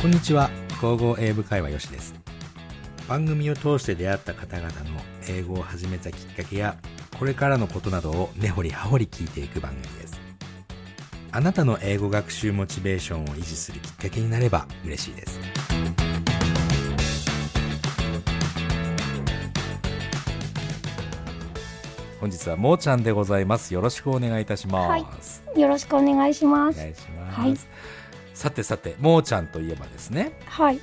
こんにちは高校英語会話よしです番組を通して出会った方々の英語を始めたきっかけやこれからのことなどを根掘り葉掘り聞いていく番組ですあなたの英語学習モチベーションを維持するきっかけになれば嬉しいです本日はもーちゃんでございますよろしくお願いいたします、よろしくお願いしまお願す。いします、はいさてさてもーちゃんといえばですねはい。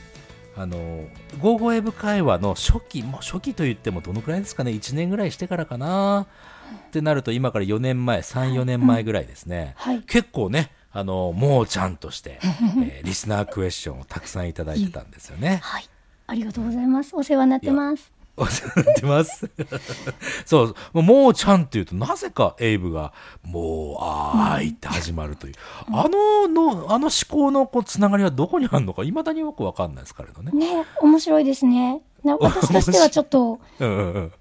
あの「ゴーゴーエブ会話」の初期もう初期と言ってもどのくらいですかね1年ぐらいしてからかなってなると今から4年前34年前ぐらいですね、はい。結構ねあのもうちゃんとして、えーリスナークエスチョンをたくさんいただいてたんですよね。はい。ありがとうございます。お世話になってます。お世話になってます。そう、もうもうちゃんっていうと、なぜかエイブが、もう、あーいって始まるという。あの、の、あの思考のこう、つながりはどこにあるのか、いまだによくわかんないですからね。ね、面白いですね。な私としてはちょっと、うんうんうん。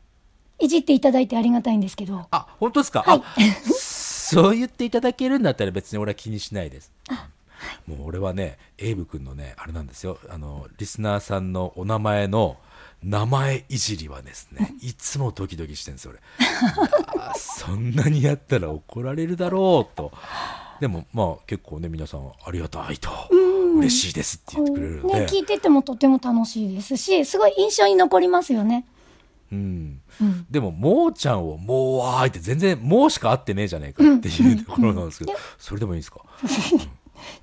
いじっていただいてありがたいんですけど。あ、本当ですか、はいあそう言っていただけるんだったら別に俺は気にしないです。もう俺はね、エイブ君のね、あれなんですよ。あの、リスナーさんのお名前の名前いじりはです ね、いつもドキドキしてるんですよ、俺。いやーそんなにやったら怒られるだろうと。でもまあ結構ね、皆さんありがたいと、嬉しいですって言ってくれるので。ね、聞いててもとても楽しいですし、すごい印象に残りますよね。うんうんでも、もーちゃんをもうわーいって全然もうしか会ってねえじゃねえかっていうところなんですけど、 それでもいいですか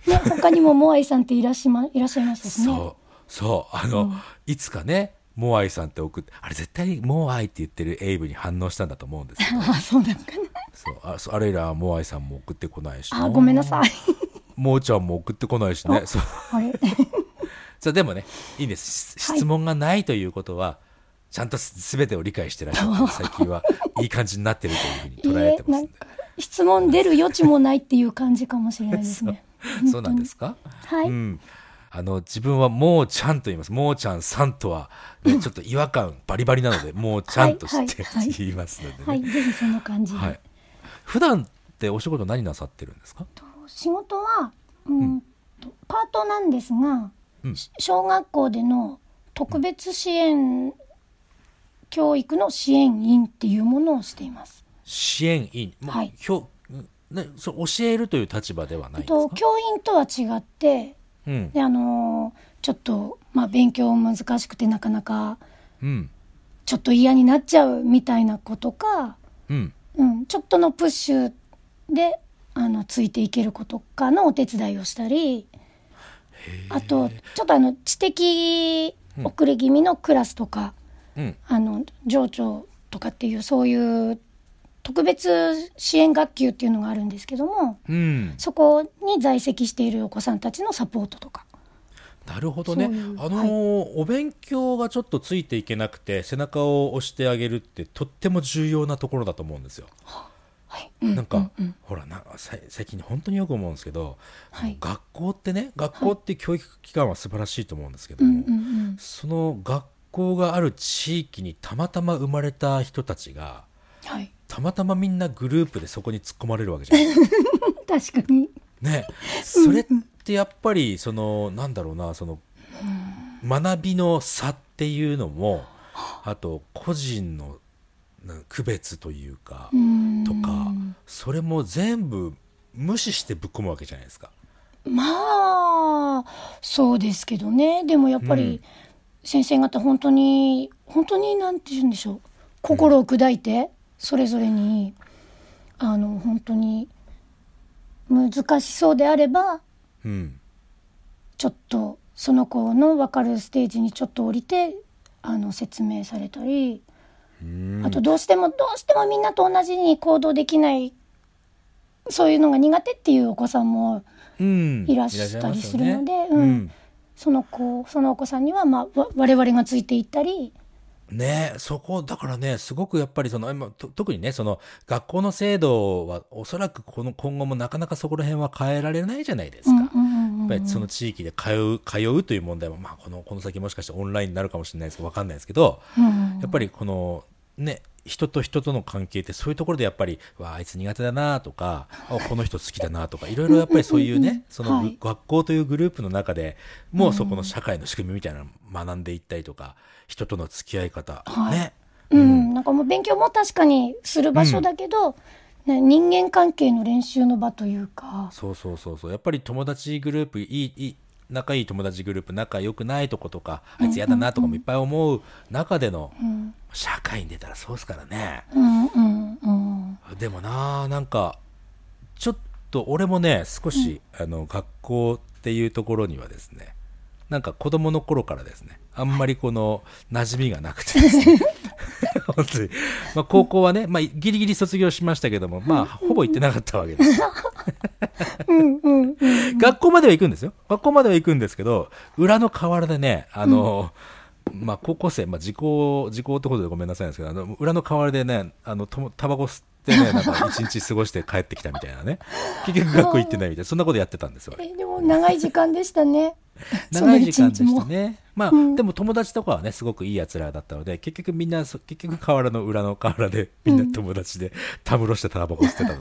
ね、他にもモアイさんっていらっしゃいま、いらっしゃいましたしね。そうそうあの、いつかねモアイさんって送ってあれ絶対にモアイって言ってるエイブに反応したんだと思うんですけど あ、そうなんかな。そうあそうあれ以来モアイさんも送ってこないしあ、ごめんなさい。モーちゃんも送ってこないしねそう あれ。そうでもねいいんですし質問がないということは、ちゃんとす全てを理解してらっしゃる最近はいい感じになってるというふうに捉えてますんでいいえ質問出る余地もないっていう感じかもしれないですね。 そうなんですかはうい。ん、あの自分はもうちゃんと言います。もうちゃんさんとは、ね、ちょっと違和感バリバリなので、もうちゃんとして、はいはいはい言いますのでね。はい、ぜひその感じで。はい普段ってお仕事何なさってるんですか。仕事は、うんと、パートなんですが、うんし小学校での特別支援教育の支援員っていうものをしています。支援員、まはいひょね、そう教えるという立場ではないんですとか。教員とは違って、うん、であのーちょっとまあ勉強難しくてなかなかうん、ちょっと嫌になっちゃうみたいな子とか、うん。うん、ちょっとのプッシュであのついていける子とかのお手伝いをしたりあとちょっとあの知的遅れ気味のクラスとか、うんあの情緒とかっていうそういう特別支援学級っていうのがあるんですけどもうん、そこに在籍しているお子さんたちのサポートとか。なるほどね。あそういのうーお勉強がちょっとついていけなくて背中を押してあげるってとっても重要なところだと思うんですよ。はいなんか、ほらなさ最近本当によく思うんですけど、はい学校ってね学校って教育機関は素晴らしいと思うんですけどうんも、うんうんその学校がある地域にたまたま生まれた人たちがはい、たまたまみんなグループでそこに突っ込まれるわけじゃないですか。確かにね、それってやっぱりそのなんだろうなその学びの差っていうのもあと個人のな区別というか。うんとかそれも全部無視してぶっ込むわけじゃないですか。まあそうですけどねでもやっぱうんり先生方本当に本当になんて言うんでしょう心を砕いてそれぞれにあの本当に難しそうであればうん、ちょっとその子の分かるステージにちょっと降りてあの説明されたりうんあとどうしてもどうしてもみんなと同じに行動できないそういうのが苦手っていうお子さんもうんいらっしゃったりするのでいらっしゃいますよねうんその子そのお子さんには、まあ、わ我々がついていったりねそこだからねすごくやっぱりその今と特にねその学校の制度はおそらくこの今後もなかなかそこら辺は変えられないじゃないですか。うんうんうんうんやっぱりその地域で通う通うという問題も、まあ、このこの先もしかしてオンラインになるかもしれないですけど分かんないですけど、うんうんやっぱりこのね人と人との関係ってそういうところでやっぱりわああいつ苦手だなとか、あこの人好きだなとかいろいろやっぱりそういうね、その、はい学校というグループの中でもうそこの社会の仕組みみたいなのを学んでいったりとか人との付き合い方、ねうん、なんかもう勉強も確かにする場所だけど、ね、人間関係の練習の場というか、そうそうそうそうやっぱり友達グループいいいい仲いい友達グループ仲良くないとことかあいつ嫌だなとかもいっぱい思う中での、社会に出たらそうですからねうんうんうん、でもななんかちょっと俺もね少し、あの学校っていうところにはですねなんか子供の頃からですねあんまりこの馴染みがなくてですね 本当に、まあ、高校はね、まあ、ギリギリ卒業しましたけども、まあ、ほぼ行ってなかったわけです学校までは行くんですよ。学校までは行くんですけど、裏の河原でね、あの、まあ、高校生、まあ、時効、時効ってことでごめんなさいなんですけど、あの、裏の河原でね、あの、ともタバコ吸ってね、なんか一日過ごして帰ってきたみたいなね。結局学校行ってないみたいな、そんなことやってたんですよ。俺えでも長い時間でしたね 長い時間でその一日したもね。まあ、でも友達とかはね、すごくいい奴らだったので、結局みんな、そ結局河原の裏の河原で、みんな友達で、たむろしてタバコ吸ってたのっ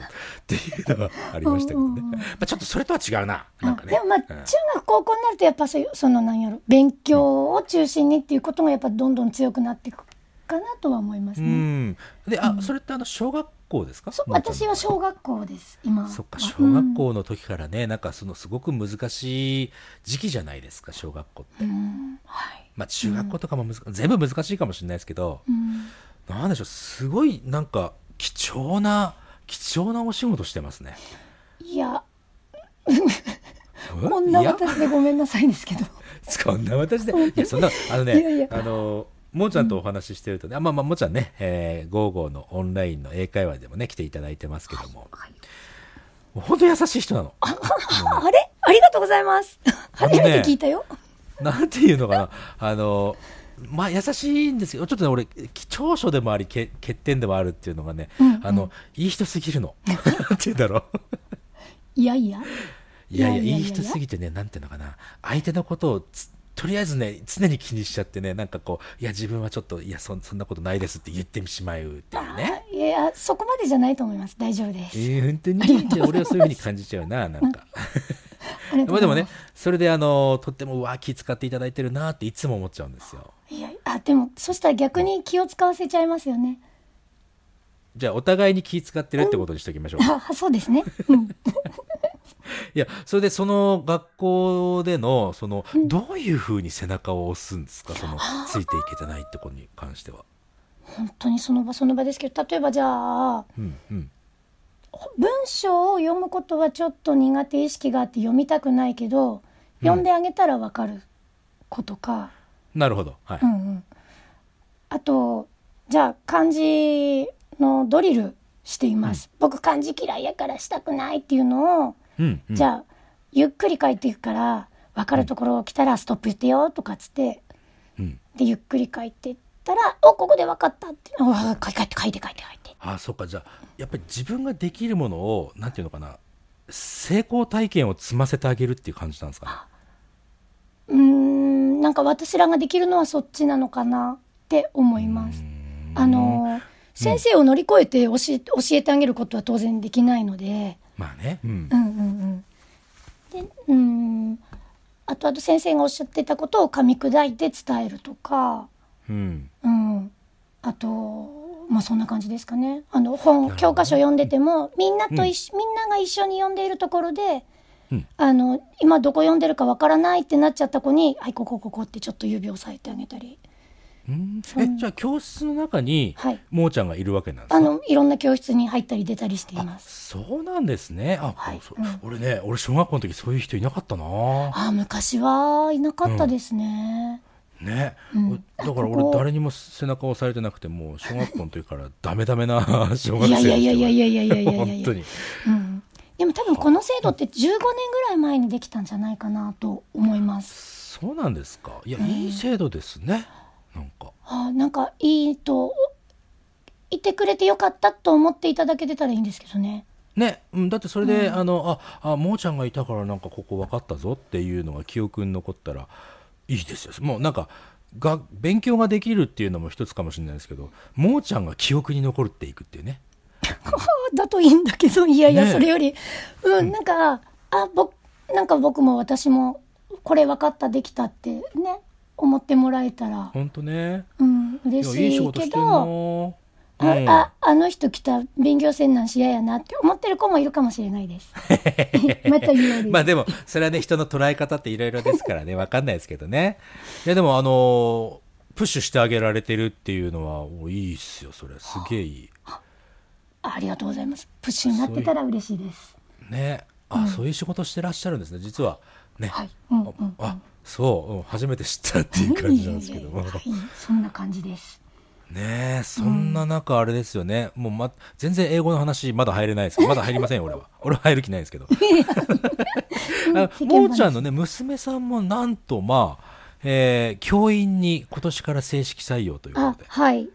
ていうのはありましたけどね。まあ、ちょっとそれとは違うな。なんかね。でもまあ、うん中学高校になるとやっぱそそのなんやろ勉強を中心にっていうことがやっぱどんどん強くなっていくかなとは思いますうね、ん。で、あ、それってあの小学校ですかそ？もうちゃん私は小学校です今はそっか小学校の時からね、なんかそのすごく難しい時期じゃないですか小学校って、うんはい、まあ中学校とかも難し全部難しいかもしれないですけど、うんなんでしょうすごいなんか貴重な貴重なお仕事してますね。いやえ こんないや私でごめんなさいですけど そんな私で、いや、そんな、あのね、いやいやあの、もーちゃんとお話ししてるとね、あまあまあ、もーちゃんね、えー、ゴーゴーのオンラインの英会話でもね、来ていただいてますけども、はいもう本当に優しい人な の。 ああれありがとうございますあの初ねめて聞いたよ、なんていうのかな、あの、まあ、優しいんですけど、ちょっとね、俺、長所でもあり、け欠点でもあるっていうのがね、うんうんあの、いい人すぎ るの。なんていうんだろう。いやいやいやいや、いやいやいやいい人すぎてね、なんていうのかな、相手のことをつとりあえずね、常に気にしちゃってね、なんかこう、いや、自分はちょっと、いや、そんそんなことないですって言ってしまうっていうね。いやそこまでじゃないと思います大丈夫です、えー、本当にじゃあ俺はそういうふうに感じちゃうな、なんか。ありまがとうあごでざいもますね、それで、あの、とっても、うわ、気使っていただいてるなっていつも思っちゃうんですよ。いやあでもそしたら逆に気を使わせちゃいます よねじゃあ、お互いに気使ってるってことにしておきましょう。あそうですね、うん、いや、それで、その学校での、その、どういうふうに背中を押すんですか、その、ついていけてないってことに関しては。本当にその場その場ですけど例えばじゃあうん、うん。文章を読むことはちょっと苦手意識があって読みたくないけど読んであげたらわかることか、なるほど。はい。うんうん、あとじゃあ漢字のドリルしています、僕漢字嫌いやからしたくないっていうのを、うん、うんじゃあゆっくり書いていくから分かるところ来たらストップ言ってよとかっつってうん、でゆっくり書いていったら「おここで分かった」って「お書いて書いて書いて書いて書いてあそっかじゃあやっぱり自分ができるものをなんていうのかな成功体験を積ませてあげるっていう感じなんですか」うーんなんか私らができるのはそっちなのかなって思います。あの先生を乗り越えて教え教えてあげることは当然できないので、ねまあね、うんうんうんうん、でうんあとあと先生がおっしゃってたことを噛み砕いて伝えるとか、うん、うん、あとまあそんな感じですかねあの本教科書読んでてもみんなと一緒、みんなが一緒に読んでいるところで、うんあの今どこ読んでるかわからないってなっちゃった子に「はいここここ」ってちょっと指を押さえてあげたり、うんえじゃあ教室の中に、はいもーちゃんがいるわけなんですあかのいろんな教室に入ったり出たりしています。そうなんですねあ、はいそううん俺ね俺小学校の時そういう人いなかったなああ昔はいなかったですね。ね、うんだからあこ俺こ誰にも背中を押されてなくてもう小学校の時からダメダメ な小学生いだやっいたやいやいやいやいやいやいやいや本当にうん、でも多分この制度って15年ぐらい前にできたんじゃないかなと思います。そうなんですかいや、いい制度ですねなんかあーなんかいいといてくれてよかったと思っていただけてたらいいんですけどね。ね、うん、だってそれで、あのああもーちゃんがいたからなんかここ分かったぞっていうのが記憶に残ったらいいですよもうなんかが勉強ができるっていうのも一つかもしれないですけどもーちゃんが記憶に残っていくっていうねだといいんだけど、いやいや、ねえそれより、うん、なんか、あ、僕、なんか僕も私も、これ分かった、できたってね、思ってもらえたら、ほんとねうん、嬉やいい仕しい事けしてんど、のあうんあ、あの人来た勉強せんなんし嫌やなって思ってる子もいるかもしれな いです。また言うより。まあでもそれはね人の捉え方っていろいろですからね分かんないですけどねいやでもあのプッシュしてあげられてるっていうのはおいいっすよそれすげえいいありがとうございます。プッシュになってたら嬉しいです。ねあ、そういう仕事してらっしゃるんですね実はね、はい。うんうん。あそう、うん初めて知ったっていう感じなんですけどもいやいやいやはいそんな感じです。 ねえそんな中あれですよね、もう、ま、全然英語の話まだ入れない ですけどまだ入りませんよ俺は俺は入る気ないですけどあ世間話もーちゃんのね娘さんもなんとまあえー教員に今年から正式採用というこあとで、はい。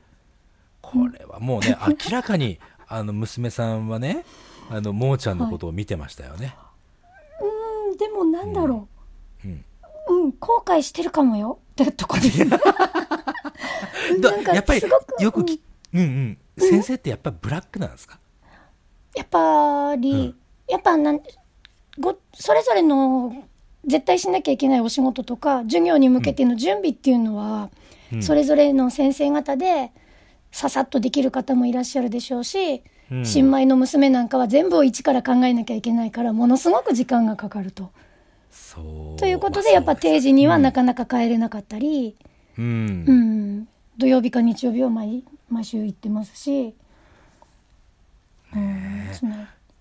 これはもうね明らかにあの娘さんはねあのもーちゃんのことを見てましたよね、うん、でもなんだろう。うんうん、後悔してるかもよ。ってとこ です。だなんかやっぱりすごくよくうんき、うんうん、先生ってやっぱりブラックなんですか、やっぱり、うんやっぱなんごそれぞれの絶対しなきゃいけないお仕事とか授業に向けての準備っていうのは、うんそれぞれの先生方でささっとできる方もいらっしゃるでしょうし、うん新米の娘なんかは全部を一から考えなきゃいけないからものすごく時間がかかると。そうということまあでやっぱそうす定時にはなかなか帰れなかったり、うんうん土曜日か日曜日は毎毎週行ってますし。うんその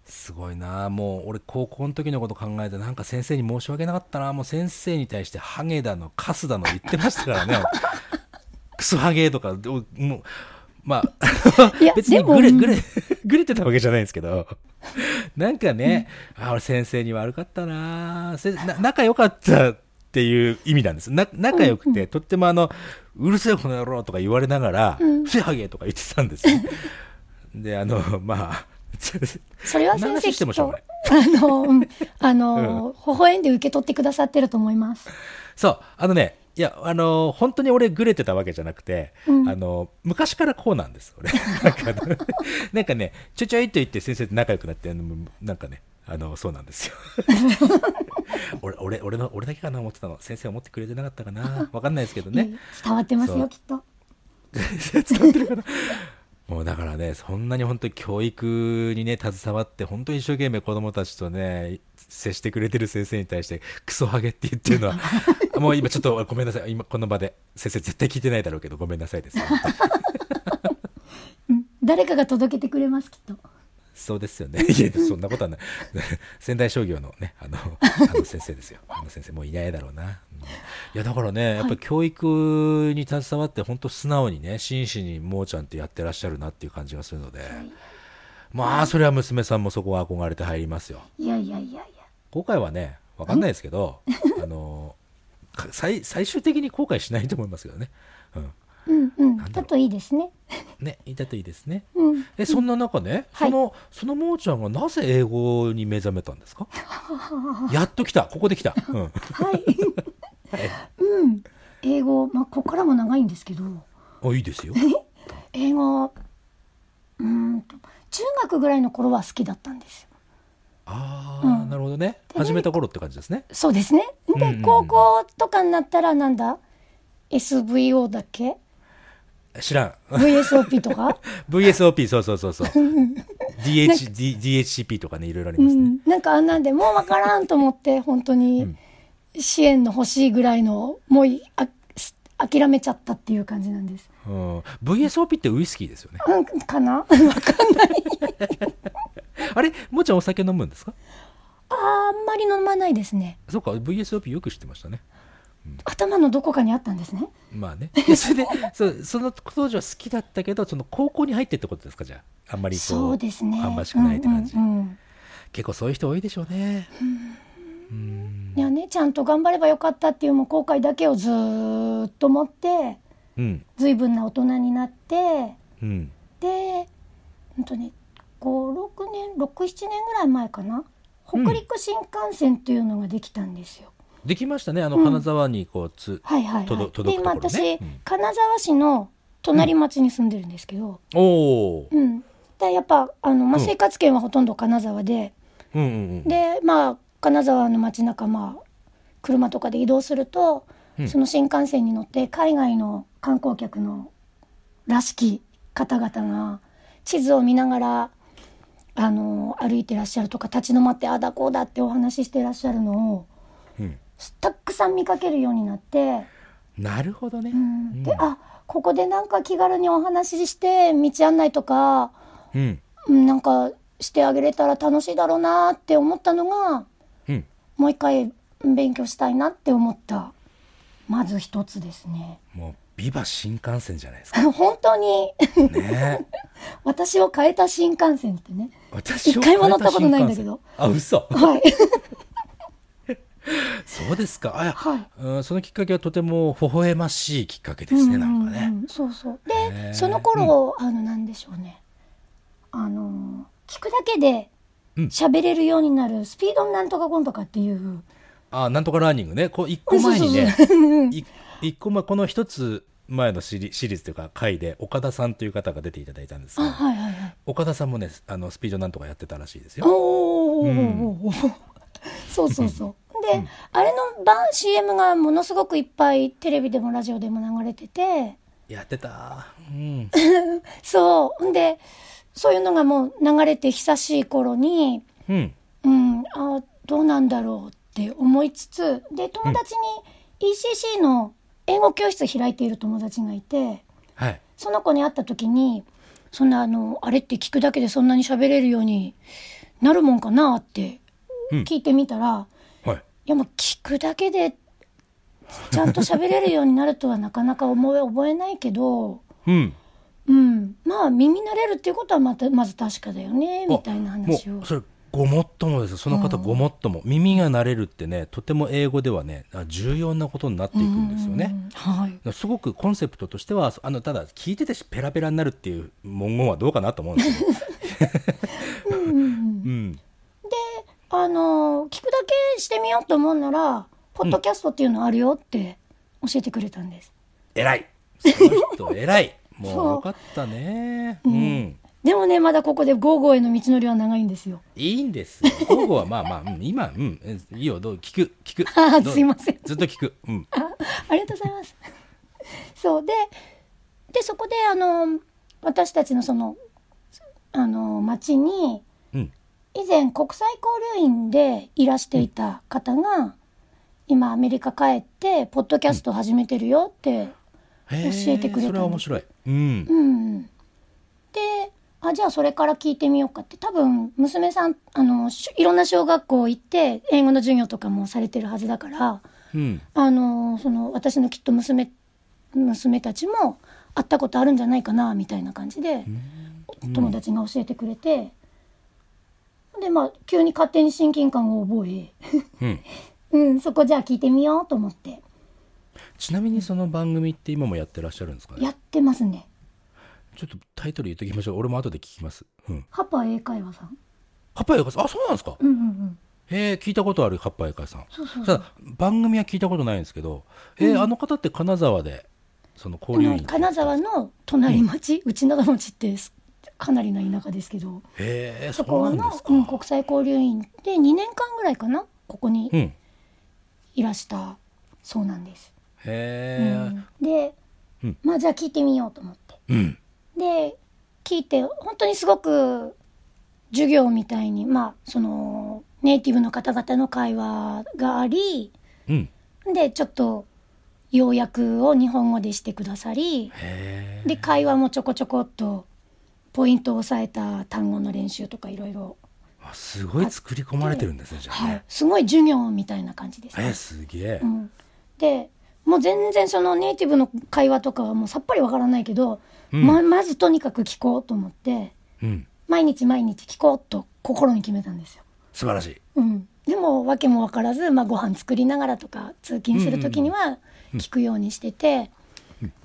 すごいなもう俺高校の時のこと考えてなんか先生に申し訳なかったなもう先生に対してハゲだのカスだの言ってましたからね クソハゲとかどうもうまいやあ 別にでもグレグレグレてたわけじゃないんですけど なんかね、あ俺先生に悪かったなせな仲良かったっていう意味なんですな仲良くて、とってもあのうるせえこの野郎とか言われながら、んクソハゲとか言ってたんですよであのまあそれはこんな先生話 しきてっもしょうとがない、あの、うんあの、微笑んで受け取ってくださってると思います。そう、あのね、いや、あの、本当に俺、グレてたわけじゃなくて、あの、昔からこうなんです、俺。 なんかあのなんかね、ちょちょいと言って先生と仲良くなって、あのなんかね、あの、そうなんですよ。俺、俺、俺の、俺だけかな思ってたの。先生思ってくれてなかったかなわかんないですけどねいい。伝わってますそよ、うきっと。伝わってるかなもうだからね、そんなに本当に教育にね、携わって、本当に一生懸命子供たちとね、接してくれてる先生に対して、クソハゲって言ってるのは、もう今ちょっとごめんなさい。今この場で、先生絶対聞いてないだろうけど、ごめんなさいです。うん誰かが届けてくれます、きっと。そうですよね。いや、そんなことはない。 仙台商業のね、 あの、あの先生ですよ。あの先生、もういないだろうな。うんいや、だからね、やっぱり教育に携わって、本当素直にね、真摯にもーちゃんってやってらっしゃるなっていう感じがするので、まあ、それは娘さんもそこは憧れて入りますよ。いやいやいやいや。後悔はね、わかんないですけ ど、あの、か最最終的に後悔しないと思いますけどね。うん。うんうん。なんだだろうといいですね。ね、いたといいですね。うん。え、そんな中ね、はいその、そのもーちゃんがなぜ英語に目覚めたんです かやっと来た、ここで来 た。うん。はい。うん。 英語、まあ、ここからも長いんですけど、あ、いいですよ。英語、うーんと、中学ぐらいの頃は好きだったんですよ。ああ、なるほどね。始めた頃って感じですね。そうですね。うんうんうでん、高校とかになったら、なんだ ?SVO だっけ知らん。 ?VSOP とか VSOP、そうそうそうそう。DH、D、DHCP とかね、いろいろありうますね。ん、なんかあんなんでもう分からんと思って本当に支援の欲しいぐらいのもういあす諦めちゃったっていう感じなんです。うん。VSOP ってウイスキーですよね。うんかな あれ、もーちゃんお酒飲むんですかあんまり飲まないですね。そうか、VSOP よく知ってましたね。頭のどこかにあったんですね。まあね。でそれで、そうその当時は好きだったけど、その高校に入ってってことですか、じゃあ。あんまりこう、そうですね。あんましくないって感じ。うんうんうん結構そういう人多いでしょうね。いやねちゃんと頑張ればよかったっていうもう後悔だけをずーっと持ってうん。随分な大人になってうん。でほんとね56年67年ぐらい前かな北陸新幹線っていうのができたんですよ、できましたねあの金沢にこうつ、はいはい、とはどい。届で、く今ところね私、金沢市の隣町に住んでるんですけど、おおー、うん。で、やっぱ、あの、まあ、うん生活圏はほとんど金沢で、うんうんうん、で、まあ、金沢の街中、まあ、車とかで移動すると、うんその新幹線に乗って海外の観光客のらしき方々が地図を見ながらあの歩いてらっしゃるとか立ち止まってあだこうだってお話ししてらっしゃるのをうん、たくさん見かけるようになってなるほどね、うんで、あここでなんか気軽にお話しして道案内とか、うんうん、なんかしてあげれたら楽しいだろうなって思ったのがうん、もう一回勉強したいなって思ったまず一つですね もうビバ新幹線じゃないですか本当にね私を変えた新幹線ってね 私を一回も乗ったことないんだけど変えた新幹線あ嘘はいそうですかあ、やはいうん、そのきっかけはとても微笑ましいきっかけですね、なんかうねんうんそうそうへーでその頃、あのなんでしょうねあの聞くだけでうん喋れるようになるスピードなんとかゴンとかっていうあなんとかラーニングねこう一個前にねそうそうそう い一個前この一つ前のシリシリーズというか回で岡田さんという方が出ていただいたんですあがはいはいはい岡田さんもねあのスピードなんとかやってたらしいですよおーおーおーおーおー そうそうそうで、あれの番 CM がものすごくいっぱいテレビでもラジオでも流れててやってた うんそうんでそういうのがもう流れて久しい頃にうんうんあどうなんだろうって思いつつで友達に ECC の英語教室開いている友達がいてはいその子に会った時にそんなあのあれって聞くだけでそんなに喋れるようになるもんかなってうん聞いてみたら、はいいやもう聞くだけでちゃんと喋れるようになるとはなかなか思い覚えないけど、うんうん、まあ耳慣れるっていうことはまたまず確かだよねみたいな話あもをうそれごもっともですよその方ごもっとも、耳が慣れるってねとても英語ではねあ重要なことになっていくんですよね、うんはいすごくコンセプトとしてはあのただ聞いててペラペラになるっていう文言はどうかなと思うんですけどうんあの聞くだけしてみようと思うならポッドキャストっていうのあるよって教えてくれたんです、偉いその人偉 いもうそうよかったねうんでもねまだここでゴーゴーへの道のりは長いんですよいいんですよ午後はまあまあ、うん今うんえいいよどう聞く聞くあーどう すいませんずっと聞くうんあありがとうございます。 そうで、で、そこで、あの、私たちのその、あの、町に、うん以前国際交流員でいらしていた方が、今アメリカ帰って、ポッドキャスト始めてるよって、へー教えてくれそたのれは面白いうんうん、で、あ、じゃあそれから聞いてみようかって、多分、娘さん、あの、しいろんな小学校行って、英語の授業とかもされてるはずだから、うんあのその私のきっと娘娘たちも会ったことあるんじゃないかなみたいな感じで、友達が教えてくれてでまあ急に勝手に親近感を覚え、うんうん、そこじゃあ聞いてみようと思ってちなみにその番組って今もやってらっしゃるんですかねやってますねちょっとタイトル言ってきましょう俺も後で聞きますうん「ハパ英会話さん葉っぱやかさんあそうなんですか」うんうんうんへえ聞いたことある葉っぱやかさんそうそうただ番組は聞いたことないんですけど、えーあの方って金沢でその交流員金沢の隣町、内長町ってすかなりな田舎ですけどへえそそこうなんでのす、かうん、国際交流員で2年間ぐらいかなここにうんへいらしたそうなんです。えで、うんまあじゃあ聞いてみようと思ってうんで聞いて本当にすごく授業みたいにまあそのネイティブの方々の会話がありうんでちょっと要約を日本語でしてくださりへえで会話もちょこちょこっとポイントを押さえた単語の練習とかいろいろあすごい作り込まれてるんですねじゃあはいね、すごい授業みたいな感じですえねー、。すげえ、うんでもう全然そのネイティブの会話とかはもうさっぱりわからないけど、うんままずとにかく聞こうと思ってうん、毎日毎日聞こうと心に決めたんですよ、素晴らしいうん、でも訳もわからず、まあ、ご飯作りながらとか通勤する時には聞くようにしてて、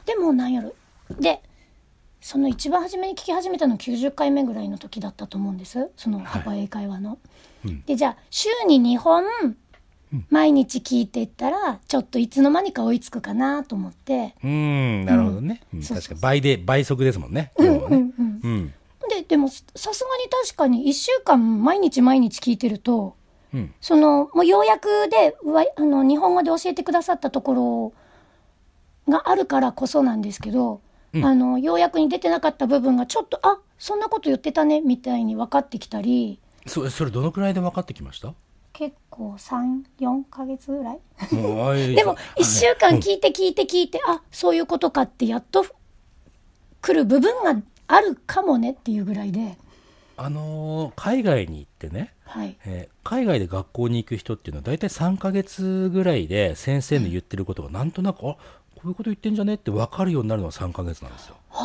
でもなんやろでその一番初めに聞き始めたの90回目ぐらいの時だったと思うんですそのハパ英会話の。うんでじゃあ週に2本毎日聞いていったらちょっといつの間にか追いつくかなと思ってうんなるほどね、うんそう確か倍で倍速ですもんね今日はねうんででもささすがに確かに1週間毎日毎日聞いてるとうんそのもう要約でわあの日本語で教えてくださったところがあるからこそなんですけど、あの要約に出てなかった部分がちょっとあそんなこと言ってたねみたいに分かってきたりそそれどのくらいで分かってきました結構34ヶ月ぐらいもうあいいでも1あ週間聞いて聞いて聞いてあそういうことかってやっと来る部分があるかもねっていうぐらいで、あのー海外に行ってね、はい、えー海外で学校に行く人っていうのは大体3ヶ月ぐらいで先生の言ってることがなんとなく、あこういうこと言ってんじゃねって分かるようになるのが3ヶ月なんですよ。だ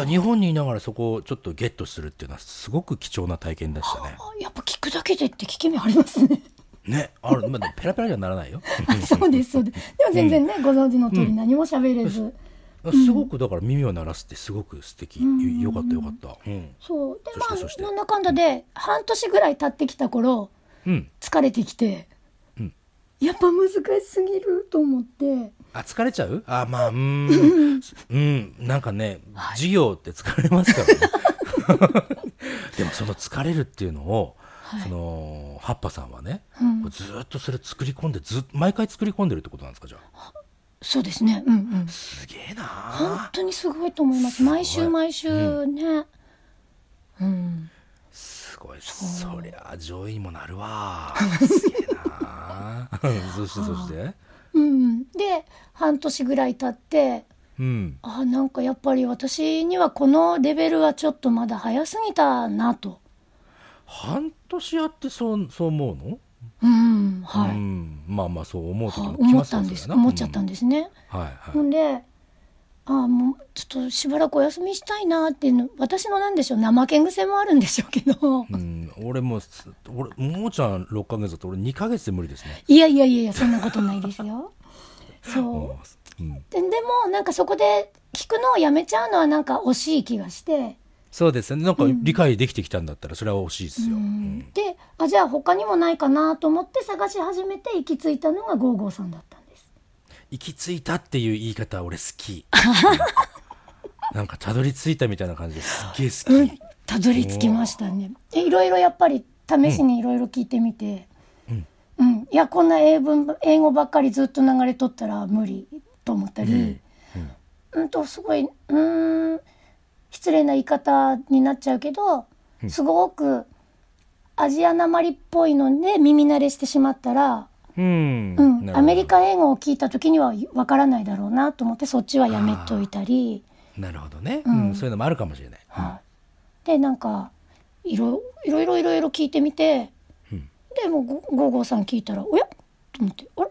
から日本にいながらそこをちょっとゲットするっていうのはすごく貴重な体験でしたね。あやっぱ聞くだけでって聞き目ありますね。ね、あるまあ、ペラペラにはならないよ。あそうですそうですでも全然ね、ご存知の通り何も喋れず、すごくだから耳を鳴らすってすごく素敵、よよかったよかった。うん、そうでそしてまそしてあなんだかんだで半年ぐらい経ってきた頃うん、疲れてきて、うんやっぱ難しすぎると思ってあ疲れちゃうあまあうー んうんなんかね授業って疲れますからね でもその疲れるっていうのを、そのハッパさんはね、うんずーっとそれ作り込んでずっ毎回作り込んでるってことなんですかじゃあそうですねうんうんすげえ本な当にすごいと思いますすごい毎週毎週ね、うんすごいそりゃ上位にもなるわすげえな そしてそしてうん、で半年ぐらい経ってうんあなんかやっぱり私にはこのレベルはちょっとまだ早すぎたなと半年やってそうそう思うの、うんはい、うん、まあまあそう思う時はも来思まっすよたんですそれはな思っちゃったんですね、うんはいはいほんでああもうちょっとしばらくお休みしたいなっていうの私のなんでしょう怠け癖もあるんでしょうけど、うん、俺もうす俺もーちゃん6ヶ月だと俺2ヶ月で無理ですね。いやいやいやいやそんなことないで すよそううん、うででもなんかそこで聞くのをやめちゃうのはなんか惜しい気がして、そうですねなんか理解できてきたんだったらそれは惜しいですよ。うんであじゃあ他にもないかなと思って探し始めて行き着いたのがゴーゴーさんだったんです行き着いたっていう言い方俺好き。うんなんかたどり着いたみたいな感じですっげえ好き。たどり着きましたねでいろいろやっぱり試しにいろいろ聞いてみてうん、いやこんな英文英語ばっかりずっと流れとったら無理と思ったり、うんとすごいうーん失礼な言い方になっちゃうけど、すごくアジアなまりっぽいので耳慣れしてしまったら、うんうん、アメリカカ英語を聞いた時にはわからないだろうなと思ってそっちはやめといたり。なるほどね、うんそういうのもあるかもしれない。はい、でなんかいろいろいろいろいろ聞いてみて、うんでもゴゴーゴーさん聞いたら「おや?」と思って「あ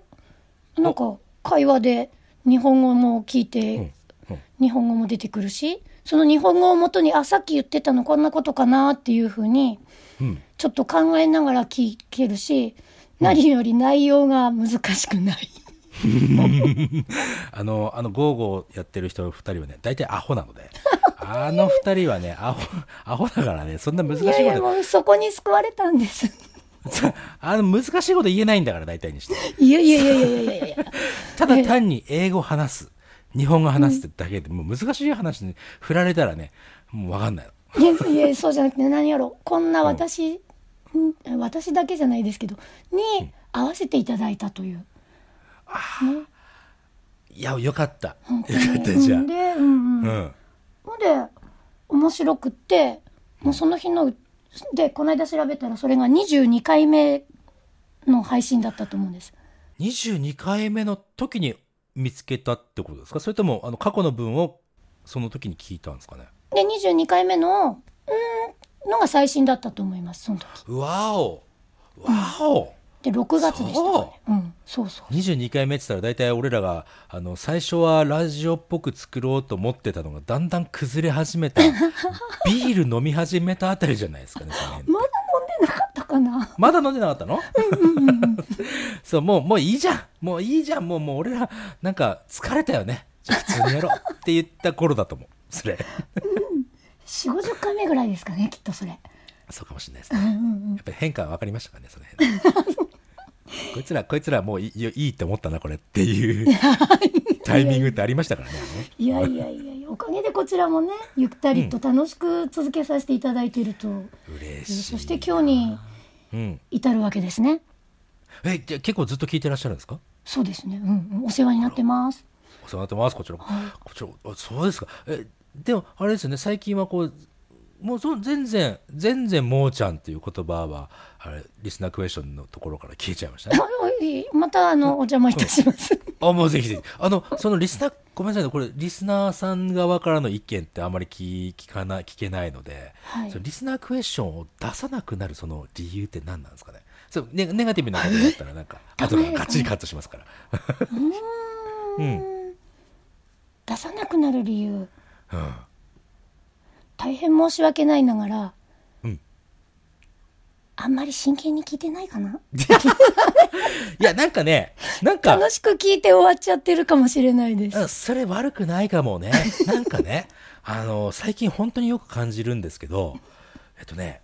れなんか会話で日本語も聞いて、うんうん日本語も出てくるしその日本語をもとに「あさっき言ってたのこんなことかな」っていうふうにうんちょっと考えながら聞けるし何より内容が難しくない。あの、あの、ゴーゴーやってる人二人はね、大体アホなので。あの二人はね、アホ、アホだからね、そんな難しいいこやいやと、もう そこに救われたんです。 あの、難しいこと言えないんだから、大体にして。いやいやいやいやいやいやいや。ただ単に英語話す、日本語話すってだけで、もう難しい話に振られたらね、もう分かんないの。いやいやそうじゃなくて何やろこんな私、ん私だけじゃないですけどに合わせていただいたという。いや、よかった。ようかんった、じゃあ。で、うんうん、うん。ほんで面白くってもうその日のでこの間調べたらそれが22回目の配信だったと思うんです。 22回目の時に見つけたってことですかそれとも、あの、過去の文をその時に聞いたんですかねで22回目のうんのが最新だったと思いますその時。わおわお、で6月でしたからね。うん、そうそう22回目って言ったら大体俺らがあの最初はラジオっぽく作ろうと思ってたのがだんだん崩れ始めた ビール飲み始めたあたりじゃないですかねその辺まだ飲んでなかったかな。まだ飲んでなかったのそうもうもういいじゃんもういいじゃんもうもう俺らなんか疲れたよねじゃあ普通にやろうって言った頃だと思うそれ4 5 0回目ぐらいですかねきっとそれ。そうかもしれないですねやっぱり変化は分かりましたかねその辺こいつらこいつらもういいいいって思ったなこれって いうタイミングってありましたからねいやいやいやいやおかげでこちら もねゆったりと楽しく続けさせていただいていると、嬉しいそして今日にうん至るわけですねえじゃあ結構ずっと聞いてらっしゃるんですかそうですねうんうんお世話になってますお世話になってますこちらこちらあそうですかえでもあれですよね最近はこうもうそ全然全然もうちゃんっていう言葉はあれリスナークエスチョンのところから消えちゃいました ねまたあのお邪魔いたしますあもうぜひぜひあのそのリスナーごめんなさいねこれリスナーさん側からの意見ってあまり聞聞かな聞けないので、はいそのリスナークエスチョンを出さなくなるその理由って何なんですかねそうネネガティブなことだったらなん かえ後でガッチリカットしますから うん 出さなくなる理由うん大変申し訳ないながら、うんあんまり真剣に聞いてないかないやなんかねなんか楽しく聞いて終わっちゃってるかもしれないです、うんそれ悪くないかも ね。なんかね、あの、最近本当によく感じるんですけど、えっとね、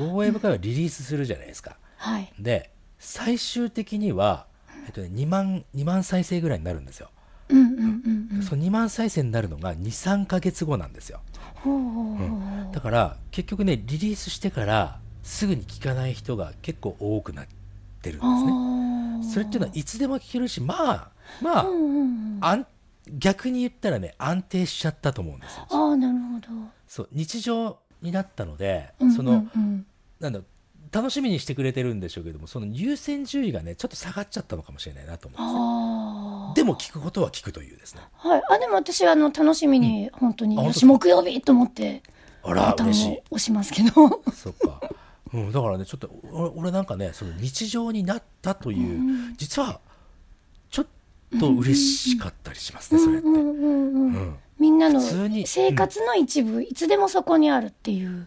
応援部会はリリースするじゃないですか。はいで、最終的には、えっとね、2万、2万再生ぐらいになるんですよ。うんうんうんうんその2万再生になるのが2、3ヶ月後なんですよ。ほうほうほうだから、結局ね、リリースしてから、すぐに聞かない人が結構多くなってるんですね。あーそれっていうのはいつでも聞けるし、まあ、まあ、うんうんうんあん逆に言ったらね、安定しちゃったと思うんですよ。あーなるほどそう日常になったので、うんうんうんそのなんだろう楽しみにしてくれてるんでしょうけどもその優先順位がねちょっと下がっちゃったのかもしれないなと思うんですねあでも聞くことは聞くというですねあはいあでも私はあの楽しみに本当に、あ本よ当ですしか木曜日と思ってあボらタン嬉しをい押しますけどそっか、うん、だからねちょっと俺俺なんかねその日常になったという、実はちょっと嬉しかったりしますね、うそれって、んうんうんうん、みんなの普通に生活の一部、いつでもそこにあるっていう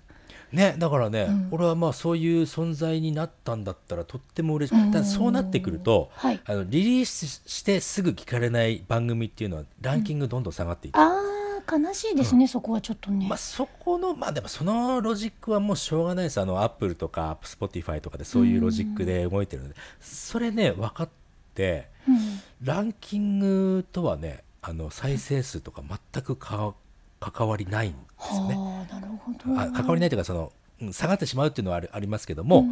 ね、だからね、俺はまあそういう存在になったんだったらとっても嬉しい、ただそうなってくると、はいあのリリースしてすぐ聞かれない番組っていうのはランキングどんどん下がっていく、あー悲しいですね、そこはちょっとね、まあ、そこのまあでもそのロジックはもうしょうがないですあのアップルとかスポティファイとかでそういうロジックで動いてるので、それね分かってうんランキングとはねあの再生数とか全くか関わりないんですよね。はあなるほどあ関わりないというかその、うん下がってしまうっていうのはあるありますけども、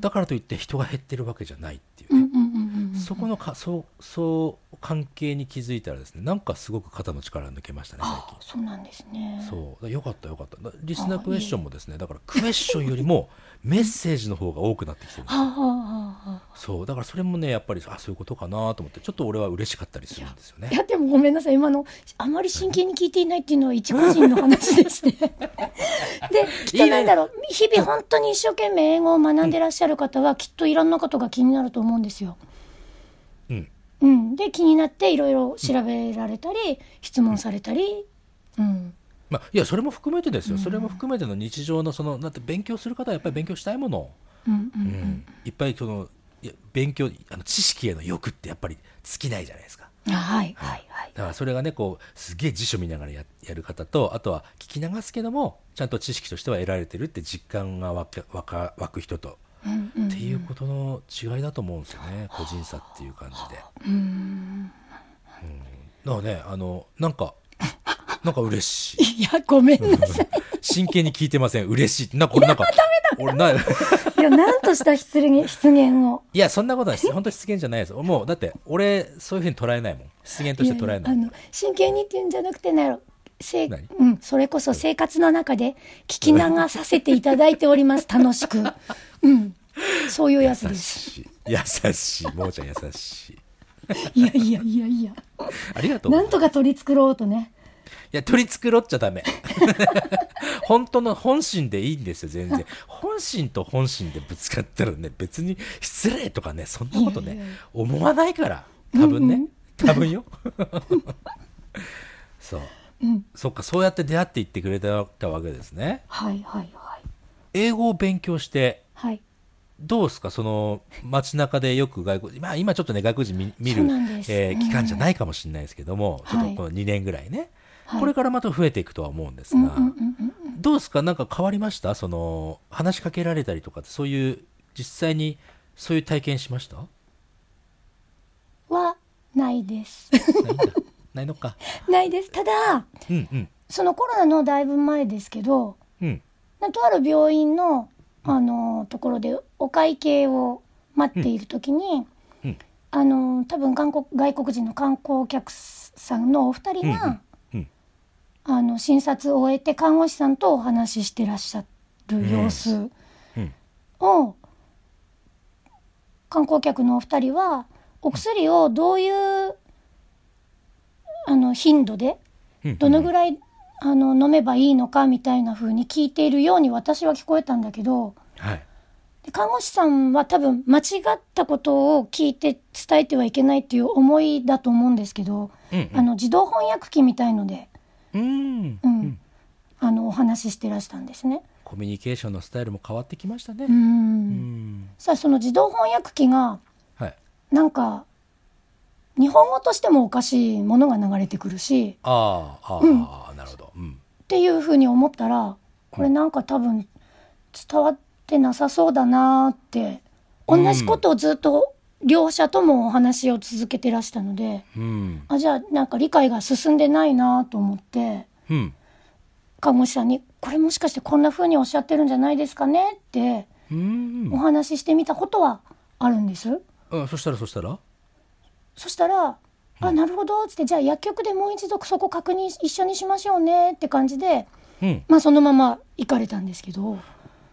だからといって人が減ってるわけじゃないっていううんね、うんうんうんそこのかそうそう関係に気づいたらですねなんかすごく肩の力抜けましたね最あそうなんですね近そうだよかったよかっただリスナークエスチョンもですねだからクエスチョンよりもメッセージの方が多くなってきてるんですはあはあはそうだからそれもねやっぱりあそういうことかなと思ってちょっと俺は嬉しかったりするんですよあねいやでもごめんなさい今のあまり真剣に聞いていないっていうのは一個人の話でしてできっとなんだろう日々本当に一生懸命英語を学んでらっしゃる方はきっといろんなことが気になると思うんですよ。うんうん、で気になっていろいろ調べられたり、質問されたり、うん、まあ、いやそれも含めてですよ、それも含めての日常のそのだって勉強する方はやっぱり勉強したいものを、うんいっぱいそのいや勉強あの知識への欲ってやっぱり尽きないじゃないですかあはいはいはい。だからそれがねこうすげえ辞書見ながらややる方とあとは聞き流すけどもちゃんと知識としては得られてるって実感が湧け湧か湧く人と、うんうんっていうことの違いだと思うんですよね個人差っていう感じで。うん、だからねあのなんか なんか嬉しい。いやごめんな さい。真剣に聞いてません。嬉しい。な、これなんか、俺な、 いいやなんとした失言失言を。や、そんなことないです。本当失言じゃないです。もう、だって、俺、そういうふうに捉えないもん。失言として捉えないい。やいやあの真剣にっていうんじゃなくてなるせい何うん、それこそ生活の中で聞き流させていただいてお ります楽しく、うん、そういうやつで優すしい。優しい。もうちゃん優しい。いやいやいやいやありがとう。なんとか取り繕ろうとねいや、取り繕っちゃダメ。 本当の本心でいいんですよ、全然。本心と本心でぶつかったらね、別に失礼とかね、そんなことね、思わないから、多分ね。多分よ。そう。そっか、そうやって出会っていってくれたわけですね。はいはいはい英語を勉強して、はいどうですか、その街中でよく外国人、まあ、今ちょっとね、外国人見見るそうなんで、すえー期間じゃないかもしれないですけども、うんちょっとこの2年ぐらいね、はいこれからまた増えていくとは思うんですが、どうですか、なんか変わりました、その話しかけられたりとかって、そういう、実際にそういう体験しましたな いです。ないんだ。ないのか。ないです。ただ、うんうんそのコロナのだいぶ前ですけど、うんなとある病院の、あの、ところでお会計を待っているときに、うんあの、多分韓国、外国人の観光客さんのお二人が、うんあの診察を終えて看護師さんとお話ししてらっしゃる様子うんを、観光客のお二人はお薬をどういうあの頻度でうん。どのぐらいあの飲めばいいのかみたいな風に聞いているように私は聞こえたんだけどはい。で看護師さんは多分間違ったことを聞いて伝えてはいけないっていう思いだと思うんですけど、うんあの自動翻訳機みたいので。うんう。んあのお話ししてらしたんですね。コミュニケーションのスタイルも変わってきましたねう。うんん。さあその自動翻訳機がはい。なんか日本語としてもおかしいものが流れてくるしああ、ああ、なるほど。うん。っていうふうに思ったらこれなんか多分伝わってなさそうだなーってうん同じことをずっと両者ともお話を続けてらしたのでうん。あじゃあなんか理解が進んでないなーと思ってうん。看護師さんに「これもしかしてこんなふうにおっしゃってるんじゃないですかね?」ってうんお。話ししてみたことはあるんです。うん、そしたら、そしたら。そしたら「あなるほど」っつって「じゃあ薬局でもう一度そこ確認し一緒にしましょうね」って感じで、うん。まあ、そのまま行かれたんですけど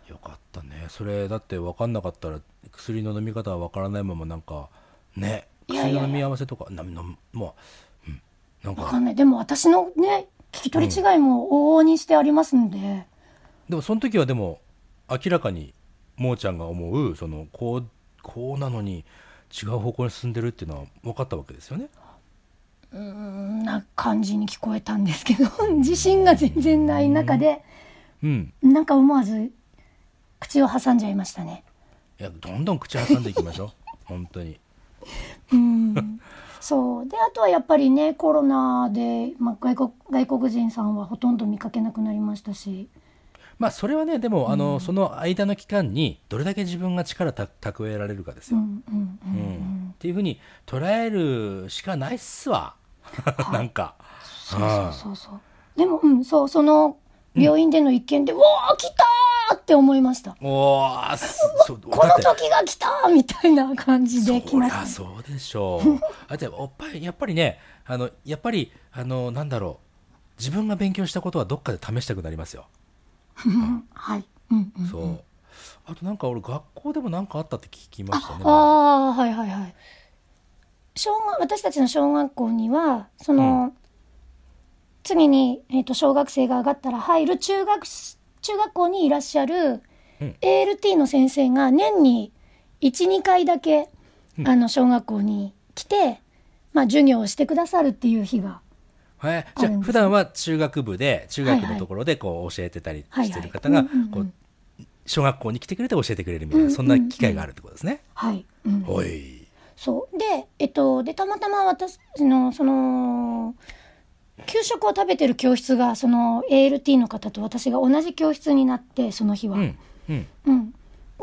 よかったね。それだって、分かんなかったら、薬の飲み方は分からないまま、なんか。ね。いやい薬やいやの飲み合わせとか、な、な、もう。うん。なんわかか。んないでも私のね聞き取り違いも往々にしてありますんで、でも、その時は、でも。明らかに。もーちゃんが思う、その、こう。こうなのに。違う方向に進んでるっていうのは、分かったわけですよね。そんな感じに聞こえたんですけど 自信が全然ない中でうん。なんか思わず口を挟んじゃいましたね。いや、どんどん口挟んでいきま しょう。本当に。そうであとはやっぱりねコロナで、まあ、外国外国人さんはほとんど見かけなくなりましたし。まあ、それはね、でも、あの、その間の期間に、どれだけ自分が力た蓄えられるかですうよ。んうんうんうんっていうふうに捉えるしかないっすわ。なんか。そうそうそうそうでもうんそうその病院での一件で「うおー来た!」って思いましたおー、すそう、このだって時が来たーみたいな感じでそ来りまゃすそうでしょう。あとおっぱい、やっぱりね、あの、やっぱり、あの、なんだろう。自分が勉強したことはどっかで試したくなりますよ。はい、うんうん、そう。あとなんか俺学校でもなんかあったって聞きましたね。ああーはいはいはい小学私たちの小学校にはその、次に、えー、と小学生が上がったら入る中学し中学校にいらっしゃるうん ALT の先生が年に12回だけ、あの小学校に来て、まあ、授業をしてくださるっていう日がはい、あじゃるあんです普段は中学部で中学のところでこう教えてたりしてる方はがいはいうんうんこうう小学校に来てくれて教えてくれるみたいなそんな機会があるってことですね。はい、うん、おいそうでえっとでたまたま私のその給食を食べてる教室がその ALT の方と私が同じ教室になってその日は、うんうんうん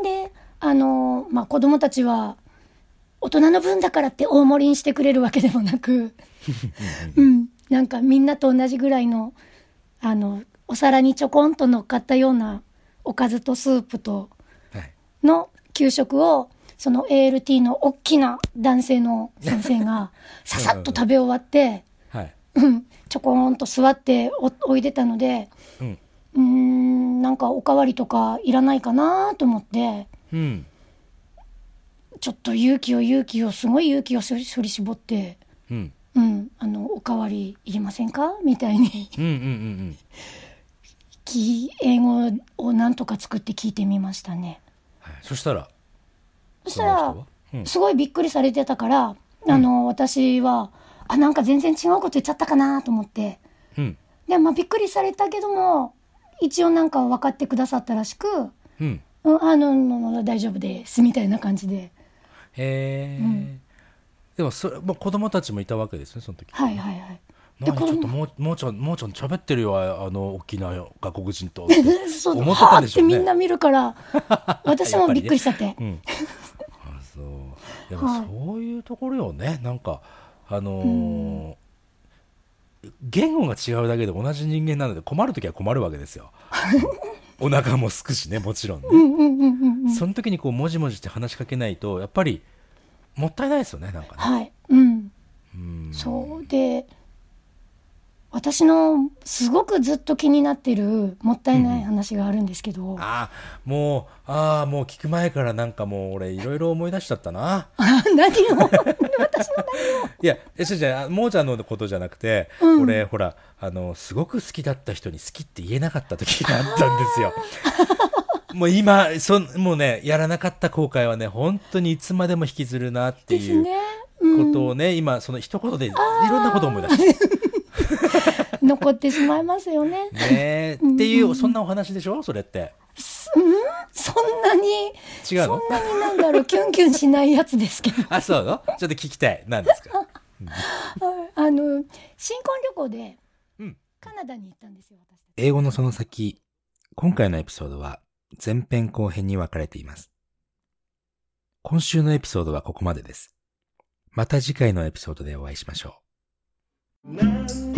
であのまあ子供たちは大人の分だからって大盛りにしてくれるわけでも なくうんなんかみんなと同じぐらいのあのお皿にちょこんと乗っかったようなおかずとスープとはい、の給食をその ALT の大きな男性の先生 がささっと食べ終わって、はいうん、ちょこんと座っておおいでたのでうんうーんなんかおかわりとかいらないかなと思ってうんちょっと勇気を勇気をすごい勇気を振り絞って、うんうん、あのおかわりいりませんかみたいに うんうんうんき英語をなんとか作って聞いてみましたね。はい、そしたらそしたそらの人はうんすごいびっくりされてたから、あの私はあなんか全然違うこと言っちゃったかなと思ってうんで、まあ、びっくりされたけども一応なんか分かってくださったらしく「うんうん、あののの大丈夫です」みたいな感じでへえ、でもそれもう子供たちもいたわけですねその時。はいはいはい。で何ち子ょっと供もうもうちゃんもうちゃん喋ってるよああの大きな外国人 とそう思ってたんでしょうねはーってみんな見るから私もびっく りしちゃってうん、あそうでもそういうところよねなんかあのー言語が違うだけで同じ人間なので困る時は困るわけ ですよお腹もすくしねもちろんね、うんうんうんうんうんその時にこうもじもじって話しかけないとやっぱりもったいないですよねなんかねはいうんうんそうで私のすごくずっと気になってるもったいない話があるんですけど、ああーもうああもう聞く前からなんかもう俺いろいろ思い出しちゃった な何をいやえそうじゃないあもうちゃんのことじゃなくて、俺ほらあのすごく好きだった人に好きって言えなかった時があったんです よもう今そんもうねやらなかった後悔はね本当にいつまでも引きずるなってですいうね、うこん、とをね、今その一言でいろんなことを思い出 した残ってしまいますよねねえっていうそんなお話でしょそれってそんなに違うそのんなになんだ ろうキュンキュンしないやつですけどあそうなのちょっと聞きたい何ですかあの新婚旅行でうんカナダに行ったんですよ私たち英語のその先、今回のエピソードは前編後編に分かれています。今週のエピソードはここまでです。また次回のエピソードでお会いしましょう。なん